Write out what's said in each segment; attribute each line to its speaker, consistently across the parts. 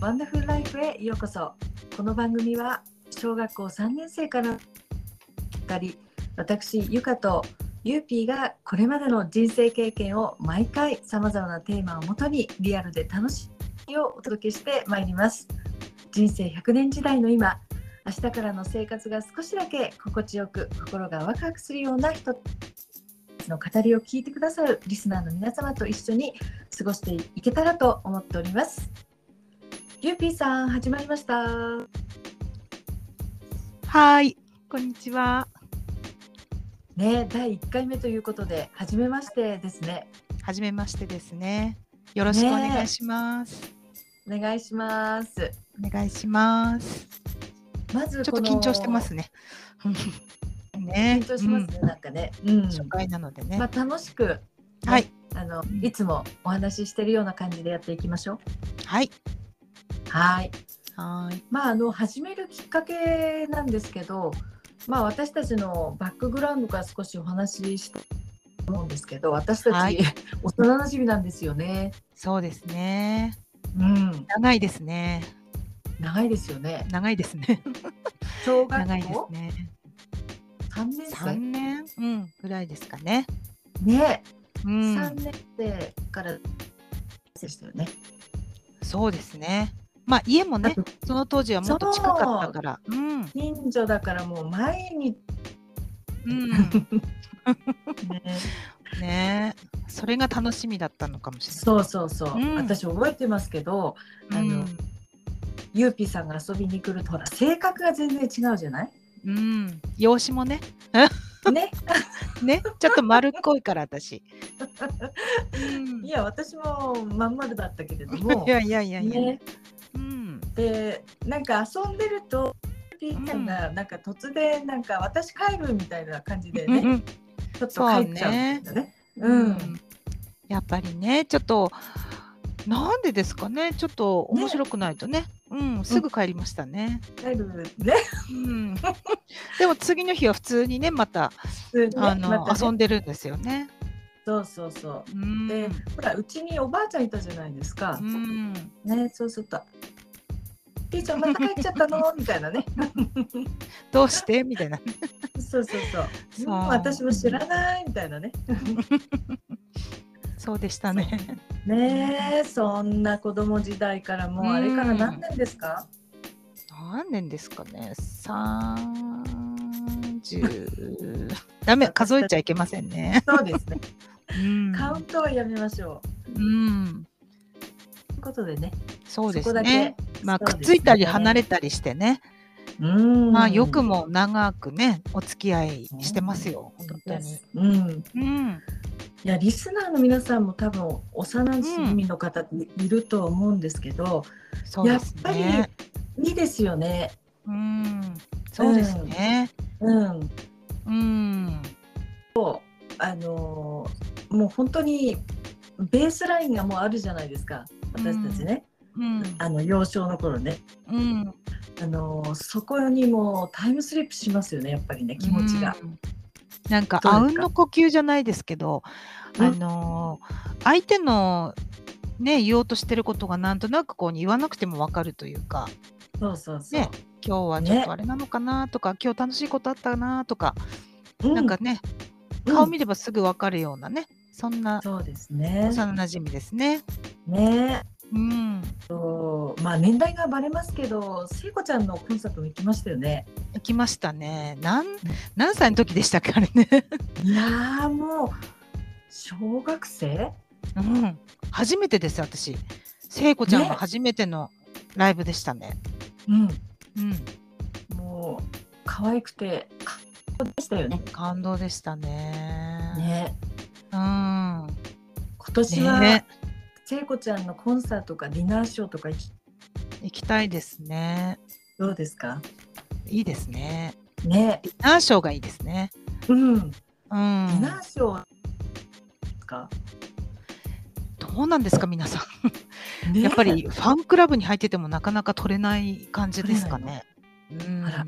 Speaker 1: ワンダフルライフへようこそこの番組は小学校3年生から2人私ゆかとゆうぴーがこれまでの人生経験を毎回さまざまなテーマをもとにリアルで楽しみをお届けしてまいります人生100年時代の今明日からの生活が少しだけ心地よく心がワクワクするような人の語りを聞いてくださるリスナーの皆様と一緒に過ごしていけたらと思っておりますゆうぴーさん始まりました
Speaker 2: はい、こんにちは。
Speaker 1: ね第1回目ということで初めましてですね
Speaker 2: はじめましてですね。よろしくお願いします。
Speaker 1: お願いします
Speaker 2: お願いします。
Speaker 1: まず
Speaker 2: ちょっ
Speaker 1: ことの
Speaker 2: 緊張してますね。 ね
Speaker 1: 緊張しますね、なんかね、う
Speaker 2: うんん、初回なのでね。
Speaker 1: まあ楽しく
Speaker 2: はい、
Speaker 1: あの
Speaker 2: ん
Speaker 1: いつもお話ししてるような感じでやっていきましょう
Speaker 2: はい、
Speaker 1: はい
Speaker 2: はーい、
Speaker 1: まああの始めるきっかけなんですけどまあ私たちのバックグラウンドから少しお話ししたと思うんですけど私たち、
Speaker 2: はい
Speaker 1: 幼馴染なんですよね
Speaker 2: そうですね。
Speaker 1: うん
Speaker 2: 長いですね。
Speaker 1: 長いですよね
Speaker 2: 長いです ね。
Speaker 1: 小学
Speaker 2: 長いです
Speaker 1: 校
Speaker 2: ね。
Speaker 1: 三年生
Speaker 2: 三年、うん、ぐらいですかね。
Speaker 1: ね
Speaker 2: う
Speaker 1: 三
Speaker 2: ん、
Speaker 1: 年生からでしたよね
Speaker 2: そうですね。まあ家もね
Speaker 1: あと、
Speaker 2: その当時はもっと近かったから。うん、
Speaker 1: 近所だからもう毎日
Speaker 2: うん。
Speaker 1: ね
Speaker 2: ねえそれが楽しみだったのかもしれない。
Speaker 1: そうそうそう、
Speaker 2: うん
Speaker 1: 私覚えてますけどあのゆうぴーさんが遊びに来るとほら性格が全然違うじゃ ない
Speaker 2: うん、うん、容姿もね、
Speaker 1: ね
Speaker 2: ね、ちょっと丸っこいから私。うん
Speaker 1: いや私もまん丸だったけれども
Speaker 2: いやいやいやいや、
Speaker 1: ね、
Speaker 2: うん、
Speaker 1: でなんか遊んでるとゆうぴーさんがなんか突然なんか私帰るみたいな感じでね、
Speaker 2: うんうん
Speaker 1: ちょっと帰っちゃうんだよね。うん
Speaker 2: やっぱりね、ちょっと。なんでですかね、ちょっと面白くないとね、うん、すぐ帰りましたね。
Speaker 1: 帰るね、
Speaker 2: うん、でも次の日は普通にね、また、
Speaker 1: 普通にね
Speaker 2: あの、
Speaker 1: またね
Speaker 2: 遊んでるんですよね。
Speaker 1: そうそうそうう。
Speaker 2: ん、
Speaker 1: で、ほら、うちにおばあちゃんいたじゃないですか
Speaker 2: う。ん、
Speaker 1: ね、そうすると、ピーちゃんまた帰っちゃったのみたいなね。
Speaker 2: どうしてみたいな。
Speaker 1: そうそうそう。
Speaker 2: そう
Speaker 1: うん私も知らないみたいなね。
Speaker 2: そうでしたね。
Speaker 1: ねえ、そんな子供時代からもうあれから何年ですか、
Speaker 2: 何年ですかね30ダメ数えちゃいけませんね、
Speaker 1: そうですね。
Speaker 2: うん
Speaker 1: カウントはやめましょ
Speaker 2: うん、
Speaker 1: う。ということでね、
Speaker 2: そうで
Speaker 1: こ
Speaker 2: す
Speaker 1: だ
Speaker 2: ね
Speaker 1: け。
Speaker 2: まあくっついたり離れ
Speaker 1: た。
Speaker 2: たりしてね
Speaker 1: うん。
Speaker 2: まあよくも長くねお付き合いしてますよ、本当に、
Speaker 1: うん。
Speaker 2: うん、
Speaker 1: いやリスナーの皆さんも多分幼馴染の方っていると思うんですけど、
Speaker 2: そう
Speaker 1: や
Speaker 2: で
Speaker 1: っ
Speaker 2: す
Speaker 1: ぱり
Speaker 2: ね
Speaker 1: いいですよね。
Speaker 2: うんそうですね
Speaker 1: うん、
Speaker 2: うん、
Speaker 1: あのーもう本当にベースラインがもうあるじゃないですか私たちね、
Speaker 2: うん
Speaker 1: あの幼少の頃ね、
Speaker 2: うん、
Speaker 1: あのーそこにもうタイムスリップしますよねやっぱりね気持ちが。
Speaker 2: うん。なんか
Speaker 1: どう
Speaker 2: あ
Speaker 1: で
Speaker 2: う
Speaker 1: す
Speaker 2: ん
Speaker 1: か
Speaker 2: の呼吸じゃないですけど、
Speaker 1: うん
Speaker 2: あのー相手のね言おうとしてることがなんとなくこう言わなくてもわかるというか、
Speaker 1: そうそうそう、
Speaker 2: ね今日はちょっ
Speaker 1: ね
Speaker 2: とあれなのかなとか、今日楽しいことあったなとか、
Speaker 1: う
Speaker 2: なんかね
Speaker 1: うん
Speaker 2: 顔見ればすぐわかるようなね、そんな
Speaker 1: そうですね
Speaker 2: 幼馴染ですね。
Speaker 1: ね
Speaker 2: うん、
Speaker 1: とまあ年代がバレますけど聖子ちゃんのコンサートも行きましたよね。
Speaker 2: 行きましたね。なん何歳の時でしたっけあれね。
Speaker 1: いやーもう小学生
Speaker 2: うん、 初めてです私。聖子ちゃん
Speaker 1: ね
Speaker 2: が初めてのライブでしたね。
Speaker 1: うん
Speaker 2: うん。
Speaker 1: もう可愛くてかでしたよね。
Speaker 2: 感動でしたね。
Speaker 1: ね
Speaker 2: うん。
Speaker 1: 今年は、
Speaker 2: ね
Speaker 1: 聖子ちゃんのコンサートかディナーショーとか行き
Speaker 2: 行きたいですね。
Speaker 1: どうですか
Speaker 2: いいですね。
Speaker 1: ね
Speaker 2: ディナーショーがいいですね。
Speaker 1: うん、デ
Speaker 2: う
Speaker 1: ィ
Speaker 2: ん。
Speaker 1: ナーショーですか、
Speaker 2: どうなんですか皆さん。
Speaker 1: ね
Speaker 2: やっぱりファンクラブに入っててもなかなか取れない感じですかね。うん
Speaker 1: あら。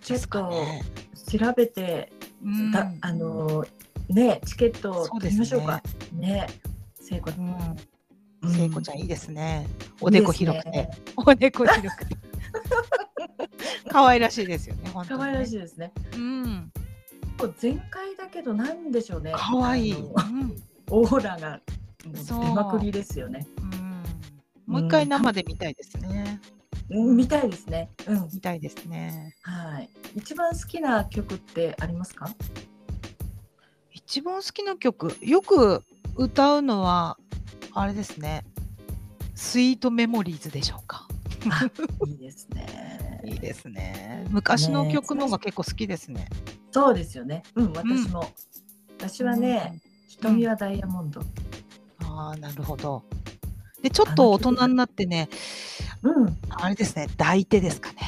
Speaker 1: ちょ
Speaker 2: で
Speaker 1: っ
Speaker 2: すか
Speaker 1: と
Speaker 2: ね。
Speaker 1: 調べて、
Speaker 2: うん
Speaker 1: だあのねチケット
Speaker 2: そうで
Speaker 1: 取りまし
Speaker 2: すね
Speaker 1: ょうかね聖子
Speaker 2: うん
Speaker 1: うん
Speaker 2: 聖子ちゃんいいですね。おでこ広くて、
Speaker 1: いいです
Speaker 2: おでこ広くて。可愛らしいですよね。本当
Speaker 1: 可
Speaker 2: にね
Speaker 1: 愛らしいですね。
Speaker 2: うん。
Speaker 1: もう全開だけどなんでしょうね。
Speaker 2: 可愛い。
Speaker 1: あ
Speaker 2: う
Speaker 1: の
Speaker 2: ん。
Speaker 1: オーラがもう
Speaker 2: そう
Speaker 1: 出まくりですよね。
Speaker 2: うんもう一回生で見たいですね。
Speaker 1: うん見たいですね。うん。
Speaker 2: 見たいですね。
Speaker 1: はい。一番好きな曲ってあります か？
Speaker 2: 一番好きな曲、よく歌うのはあれですね。スイートメモリーズでしょうか。
Speaker 1: いいですね。
Speaker 2: いいですね。昔の
Speaker 1: ね
Speaker 2: 曲の方が結構好きですね。
Speaker 1: そうですよね。うん、私も。私はね、瞳はダイヤモンド。
Speaker 2: ああ、なるほど。で、ちょっと大人になってね、
Speaker 1: うん。
Speaker 2: あれですね、抱いてですかね。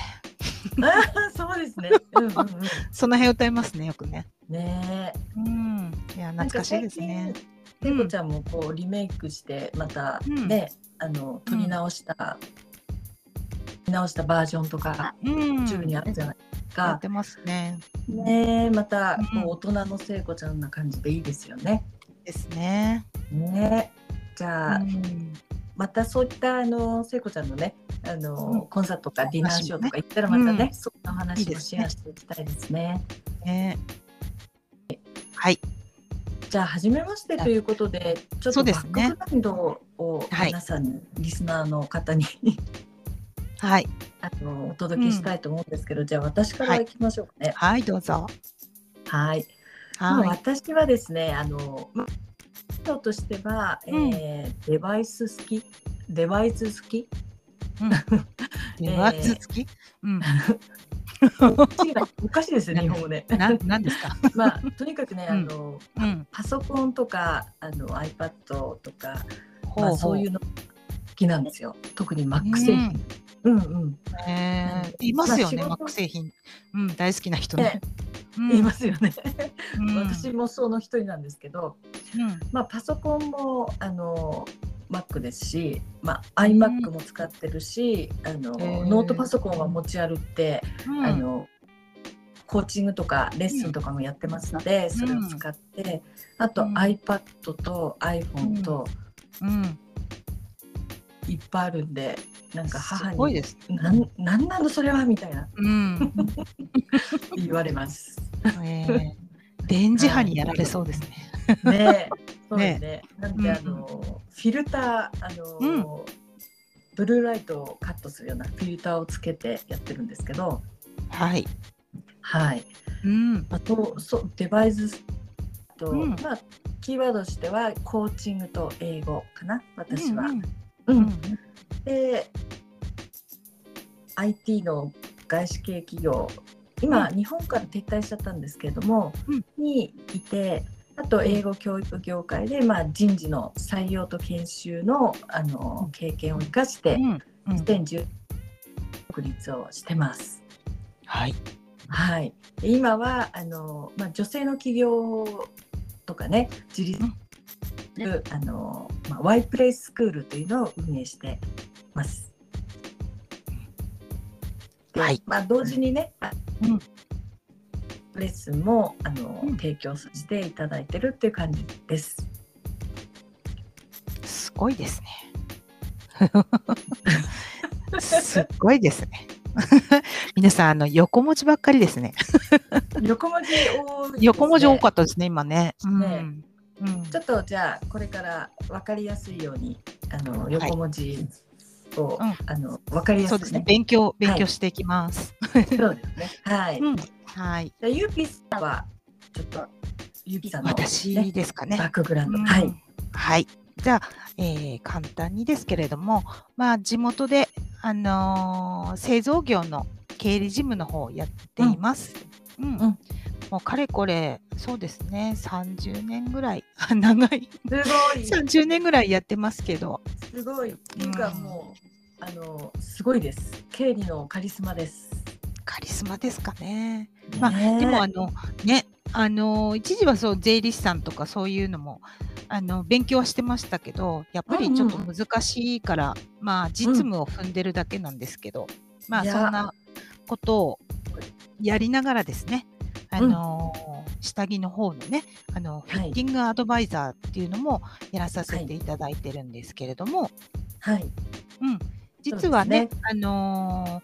Speaker 1: あーそうですね。うんうんうん。
Speaker 2: その辺歌いますね、よくね。
Speaker 1: ねえ。
Speaker 2: うん。いや、懐かしいです
Speaker 1: なん
Speaker 2: ね
Speaker 1: か。ペコちゃんもこうリメイクしてまた
Speaker 2: うん
Speaker 1: ね、あの撮り直した、撮り直したバージョンとか
Speaker 2: うん。
Speaker 1: 中にあるじゃないです
Speaker 2: やっ
Speaker 1: か。
Speaker 2: てますね。
Speaker 1: ねえまた
Speaker 2: うん
Speaker 1: こう大人の聖子ちゃんな感じでいいですよね。
Speaker 2: ですね。
Speaker 1: ねえ。じゃあ、
Speaker 2: うん
Speaker 1: またそういったあの聖子ちゃんのねあの、
Speaker 2: うん
Speaker 1: コンサートとかディナーショーとか行ったらまたね、
Speaker 2: うん
Speaker 1: そんなお話もシェアしていきたいですね。
Speaker 2: ねはい。
Speaker 1: じゃあ初めましてということでちょっ
Speaker 2: そ
Speaker 1: とバ
Speaker 2: うです
Speaker 1: ック
Speaker 2: ね
Speaker 1: グラウンドを
Speaker 2: はい
Speaker 1: 皆さんに、リスナーの方に
Speaker 2: はい。
Speaker 1: あのお届けしたいと思うんですけど、じゃあ私から行きましょうかね。
Speaker 2: はい、どうぞ。
Speaker 1: はい。まあ
Speaker 2: はい。
Speaker 1: 私はですねあのまあ人としては、えーデバイス好きデバイス好 き
Speaker 2: では、続き。 うん。
Speaker 1: 次がおかしいですね日本語ね。
Speaker 2: な、なんですか。
Speaker 1: ま あとにかくね、
Speaker 2: うん
Speaker 1: あの
Speaker 2: うん。
Speaker 1: パソコンとかあの iPad とか、
Speaker 2: ほ
Speaker 1: まあ、そういうの好きなんですよ特に Mac 製品、うん、うん
Speaker 2: ねえいますよね、
Speaker 1: ま
Speaker 2: マ
Speaker 1: あ仕事
Speaker 2: ック製品。うん、大好きな人
Speaker 1: ね
Speaker 2: ね。うん
Speaker 1: いますよね、
Speaker 2: う ん
Speaker 1: 私もその一人なんですけど、
Speaker 2: うん
Speaker 1: まあ、パソコンもあの Mac ですし、まあ、iMac も使ってるし、あの
Speaker 2: へー
Speaker 1: ノートパソコンは持ち歩いて、
Speaker 2: うん
Speaker 1: あのコーチングとかレッスンとかもやってますので、それを使ってあと
Speaker 2: うん
Speaker 1: iPad と iPhone と
Speaker 2: うん、
Speaker 1: いっぱいあるんで、なんか母
Speaker 2: すごい
Speaker 1: に
Speaker 2: です。
Speaker 1: なんなんなのそれはみたいな
Speaker 2: うん、
Speaker 1: 言われます。
Speaker 2: ええ電磁波にやられそうですね。
Speaker 1: ねえ、そうですね。なんで、
Speaker 2: うん
Speaker 1: あのフィルターあの、
Speaker 2: うん
Speaker 1: ブルーライトをカットするようなフィルターをつけてやってるんですけど、
Speaker 2: はい。
Speaker 1: はい。
Speaker 2: うん。
Speaker 1: あとそうデバイスと、
Speaker 2: うん
Speaker 1: まあキーワードとしてはコーチングと英語かな私は。
Speaker 2: うん
Speaker 1: う
Speaker 2: うんん。
Speaker 1: で IT の外資系企業今、日本から撤退しちゃったんですけれども、
Speaker 2: うん
Speaker 1: にいてあと英語教育業界で、まあ、人事の採用と研修のあの経験を生かして
Speaker 2: うん。うん
Speaker 1: 2010独立をしてます。
Speaker 2: はい。
Speaker 1: はい、で今はあの、まあ、女性の企業とかね自立する、あのまあ、ワイプレイスクールというのを運営してます。で
Speaker 2: はい。
Speaker 1: まあ、同時にね、
Speaker 2: うん
Speaker 1: レッスンもあの、
Speaker 2: うん
Speaker 1: 提供させていただいてるっていう感じです。
Speaker 2: すごい ですね。すっごいですね。 皆さん、あの横文字ばっかりですね。
Speaker 1: 横文字多いですね
Speaker 2: 横文字多かったですね、今ね。うん。
Speaker 1: ね
Speaker 2: うん
Speaker 1: ちょっとじゃあこれから分かりやすいようにあの
Speaker 2: い
Speaker 1: 横文字を、
Speaker 2: うん
Speaker 1: あの分かりやす
Speaker 2: そうで
Speaker 1: く
Speaker 2: すね。
Speaker 1: ね。
Speaker 2: 勉強、勉強していきます。
Speaker 1: そうですね。はい。
Speaker 2: うん。はい。
Speaker 1: じゃあゆうぴさんはちょっとゆうぴさんの、ね、
Speaker 2: 私ですかね。
Speaker 1: バックグラウンド、
Speaker 2: うん
Speaker 1: はい。。
Speaker 2: はい。じゃあ、えー簡単にですけれども、まあ、地元で、あのー製造業の経理事務の方をやっています。うん。
Speaker 1: うん
Speaker 2: もうかれこれ、そうですね、30年ぐらい、 あ長い、
Speaker 1: すごい
Speaker 2: 30年ぐらいやってますけど、
Speaker 1: すごい。っていうかもう、あのすごいです。経理のカリスマです。
Speaker 2: カリスマですかね。まあ、
Speaker 1: ねえ
Speaker 2: でもあのねあの一時はそう税理士さんとかそういうのもあの勉強はしてましたけどやっぱりちょっと
Speaker 1: うんうん
Speaker 2: 難しいから、まあ実務を踏んでるだけなんですけど、まあ
Speaker 1: いや
Speaker 2: そんなことをやりながらですねあの、下着の方のねあのフ
Speaker 1: はい
Speaker 2: ィッティングアドバイザーっていうのもやらさせていただいてるんですけれども、
Speaker 1: はい。
Speaker 2: うん、実はね
Speaker 1: そう
Speaker 2: あの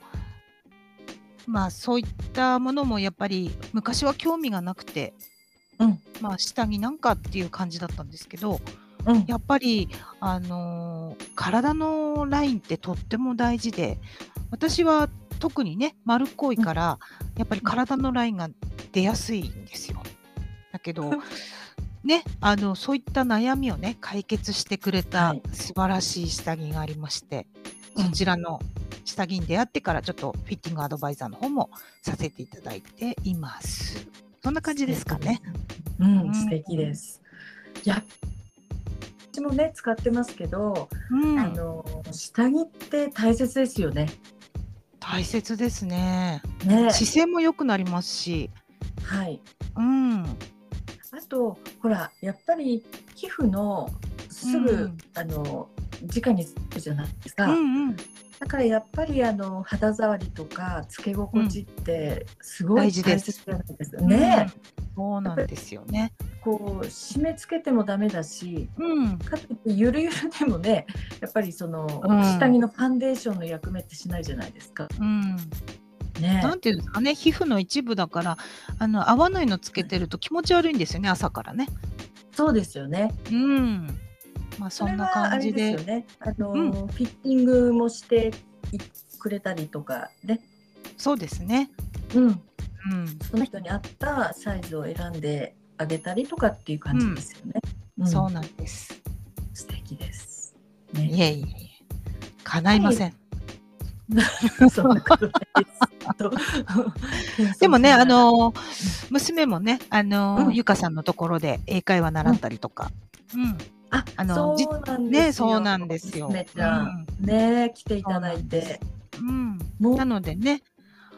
Speaker 2: ーまあそういったものもやっぱり昔は興味がなくて、
Speaker 1: うん
Speaker 2: まあ、下着なんかっていう感じだったんですけど
Speaker 1: うん。
Speaker 2: やっぱり、あのー体のラインってとっても大事で私は特にね丸っこいから、やっぱり体のラインが出やすいんですよ。だ けどねあのそういった悩みをね解決してくれ
Speaker 1: は
Speaker 2: た
Speaker 1: い
Speaker 2: 素晴らしい下着がありまして、
Speaker 1: うん
Speaker 2: そちらの下着に出会ってからちょっとフィッティングアドバイザーの方もさせていただいています。そんな感じですかね。
Speaker 1: うん、
Speaker 2: うん
Speaker 1: 素敵です。いや、私もね使ってますけど、
Speaker 2: うん
Speaker 1: あの下着って大切ですよね。
Speaker 2: 大切ですね。
Speaker 1: ね。
Speaker 2: 姿勢も良くなりますし、
Speaker 1: はい。
Speaker 2: うん、
Speaker 1: あとほらやっぱり皮膚のすぐ、
Speaker 2: うん
Speaker 1: あの直につくじゃないですか。
Speaker 2: うんうん、
Speaker 1: だからやっぱりあの肌触りとかつけ心地ってすごい
Speaker 2: 大
Speaker 1: 大
Speaker 2: 事
Speaker 1: 切
Speaker 2: です
Speaker 1: じゃないですかね。
Speaker 2: うん、そうなんですよね。
Speaker 1: こう締め付けてもダメだし。
Speaker 2: うん、
Speaker 1: かといってゆるゆるでもねやっぱりその、
Speaker 2: うん
Speaker 1: 下着のファンデーションの役目ってしないじゃないですか。
Speaker 2: うん、
Speaker 1: ね
Speaker 2: なんていうんですかね、皮膚の一部だから、あの合わないのつけてると気持ち悪いんですよね、朝からね。
Speaker 1: そうですよね。
Speaker 2: うん、まあそんな感じで
Speaker 1: そ、れはあれですよね。あの、
Speaker 2: うん
Speaker 1: フィッティングもしていくれたりとかね。
Speaker 2: そうですね。
Speaker 1: うん。
Speaker 2: うん、
Speaker 1: その人に合ったサイズを選んであげたりとかっていう感じですよね。うん
Speaker 2: そうなんです。
Speaker 1: 素敵です。
Speaker 2: い
Speaker 1: ね、
Speaker 2: えいえいえ、叶いません。
Speaker 1: そんなことないですけど
Speaker 2: でもね、あ、
Speaker 1: 謙遜しながら
Speaker 2: の娘もね、あの、
Speaker 1: うん
Speaker 2: ゆかさんのところで英会話習ったりとか、うん、
Speaker 1: あ、
Speaker 2: あの
Speaker 1: そうなんですよ
Speaker 2: ね、そうなんですよ。
Speaker 1: 娘ちゃん、ね、来ていただいて、
Speaker 2: うん、
Speaker 1: も
Speaker 2: なのでね、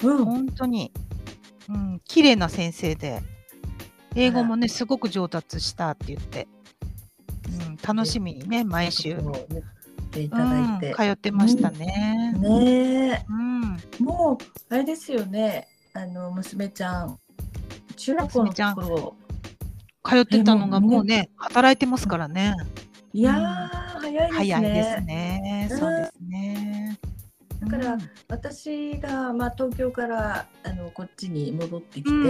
Speaker 1: う、うん、
Speaker 2: 本当に、うん、綺麗な先生で、英語もね、すごく上達したって言って、うん、楽しみにね、毎週、うん、
Speaker 1: そう言っていただいて、
Speaker 2: 通ってましたね。
Speaker 1: ね、
Speaker 2: うん、
Speaker 1: もうあれですよね。あの娘ちゃん、中学校の
Speaker 2: 娘ちゃん
Speaker 1: 頃、
Speaker 2: 通ってたの
Speaker 1: え
Speaker 2: が
Speaker 1: もう
Speaker 2: もうね、働いてますからね。
Speaker 1: いやー、
Speaker 2: 早
Speaker 1: 早
Speaker 2: い
Speaker 1: いで
Speaker 2: ですす
Speaker 1: ね。
Speaker 2: ね。
Speaker 1: うん
Speaker 2: そうですね。
Speaker 1: だから
Speaker 2: うん
Speaker 1: 私がまあ東京からあのこっちに戻ってきて、
Speaker 2: うん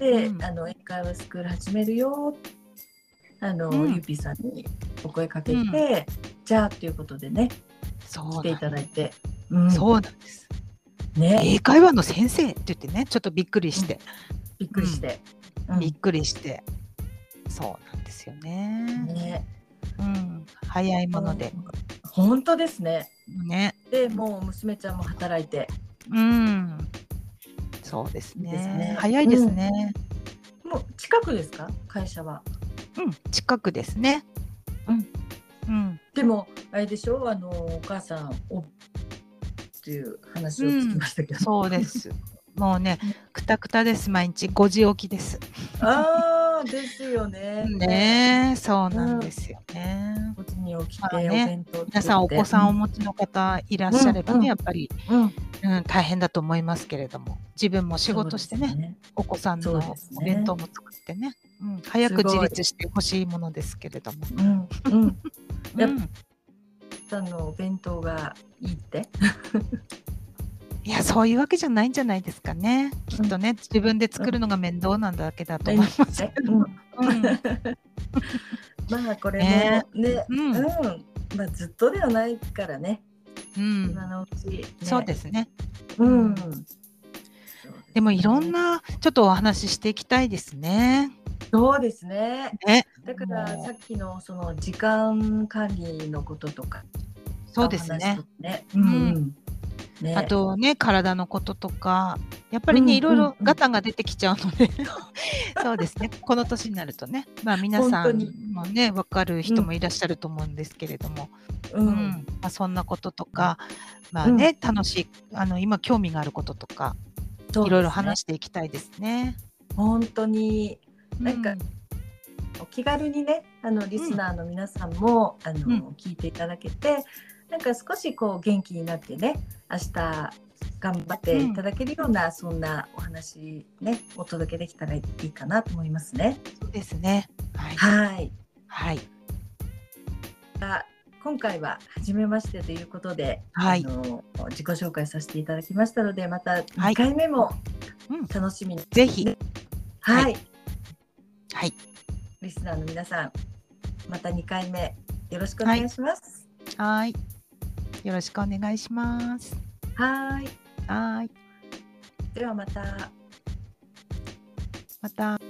Speaker 1: で、
Speaker 2: うん
Speaker 1: あの英会話スクール始めるよあの、
Speaker 2: うん
Speaker 1: ゆぴさんにお声かけて、
Speaker 2: うん
Speaker 1: じゃあということでね
Speaker 2: そ
Speaker 1: 来
Speaker 2: う
Speaker 1: てい
Speaker 2: なん
Speaker 1: ただいて、うん
Speaker 2: そうなんです。
Speaker 1: ね
Speaker 2: 英会話の先生って言ってね、ちょっとびっくりして、
Speaker 1: びっくりして、うん
Speaker 2: びっくりして、そうなんですよね。
Speaker 1: ね
Speaker 2: うん、早いもので、
Speaker 1: 本当ですね
Speaker 2: ね、
Speaker 1: でもう娘ちゃんも働いて
Speaker 2: うん、そうですね。
Speaker 1: いいですね
Speaker 2: 早いですね、
Speaker 1: もう近くですか会社は
Speaker 2: うん。近くですね。
Speaker 1: うん、
Speaker 2: うん、
Speaker 1: でもあれでしょあのお母さんおっていう話を聞きましたけど、
Speaker 2: そ うです。もうね、くたくたです。毎日5時起きです。
Speaker 1: ああですよね。
Speaker 2: ねえ、そうなんですよね。
Speaker 1: こっちに起き
Speaker 2: まあ
Speaker 1: て
Speaker 2: ね
Speaker 1: お弁当作って
Speaker 2: 皆さんお子さんをお
Speaker 1: う
Speaker 2: 持ちの方いらっしゃれば
Speaker 1: う
Speaker 2: ね、
Speaker 1: んうん
Speaker 2: やっぱり、
Speaker 1: んうん
Speaker 2: うん、大変だと思いますけれども自分も仕事してね
Speaker 1: そうですね
Speaker 2: お子さん
Speaker 1: そう
Speaker 2: の
Speaker 1: ですね
Speaker 2: お弁当も作ってねうん、早く自立してほしいものですけれども、
Speaker 1: うんうん。やっ
Speaker 2: うん
Speaker 1: さんのお弁当がいいって。
Speaker 2: いやそういうわけじゃないんじゃないですかねきっとね、自分で作るのが面倒なんだけだと思いますけど、
Speaker 1: うん
Speaker 2: うん
Speaker 1: まあこれ
Speaker 2: ね
Speaker 1: もね、
Speaker 2: う
Speaker 1: うんん、まあずっとではないからね。
Speaker 2: うん
Speaker 1: 今のうち、ね。
Speaker 2: そうですね
Speaker 1: うん。
Speaker 2: でもいろん。なちょっとお話ししていきたいですね。
Speaker 1: そうですね。
Speaker 2: ね
Speaker 1: だから
Speaker 2: もう
Speaker 1: さっきのその時間管理のこととか。
Speaker 2: そうです
Speaker 1: お話
Speaker 2: ね
Speaker 1: とかね。うん
Speaker 2: う
Speaker 1: うん。ね
Speaker 2: あとね体のこととかやっぱり
Speaker 1: う
Speaker 2: ね、
Speaker 1: ん
Speaker 2: いろい
Speaker 1: うん
Speaker 2: ろ
Speaker 1: うん
Speaker 2: ガタが出てきちゃうので そうですねこの年になるとね、まあ、皆さ
Speaker 1: 本
Speaker 2: ん
Speaker 1: 当に
Speaker 2: もね分かる人もいらっしゃると思うんですけれども、
Speaker 1: う
Speaker 2: うん
Speaker 1: ん。
Speaker 2: まあ、そんなこととか、まあね楽しいあの今興味があることとか、いろいろ話
Speaker 1: し
Speaker 2: していきたいですね。
Speaker 1: 本当になんか
Speaker 2: う
Speaker 1: お気軽にねあのリスナーの皆さんも、あの
Speaker 2: うん
Speaker 1: 聞いていただけてなんか少しこう元気になってね明日頑張っていただけるような、そんなお話ねお届けできたらいいかなと思いますね。
Speaker 2: そうですね。はい。
Speaker 1: はい
Speaker 2: はい。
Speaker 1: 今回は初めましてということで、
Speaker 2: はい
Speaker 1: あの自己紹介させていただきましたのでまた
Speaker 2: は
Speaker 1: 2
Speaker 2: い
Speaker 1: 回目も
Speaker 2: うん
Speaker 1: 楽しみに、
Speaker 2: ぜひ。
Speaker 1: はい
Speaker 2: はいはい。
Speaker 1: リスナーの皆さんまた2回目よろしくお願いします。
Speaker 2: はい。よろしくお願いします。
Speaker 1: はい
Speaker 2: はい。
Speaker 1: ではまた。
Speaker 2: また。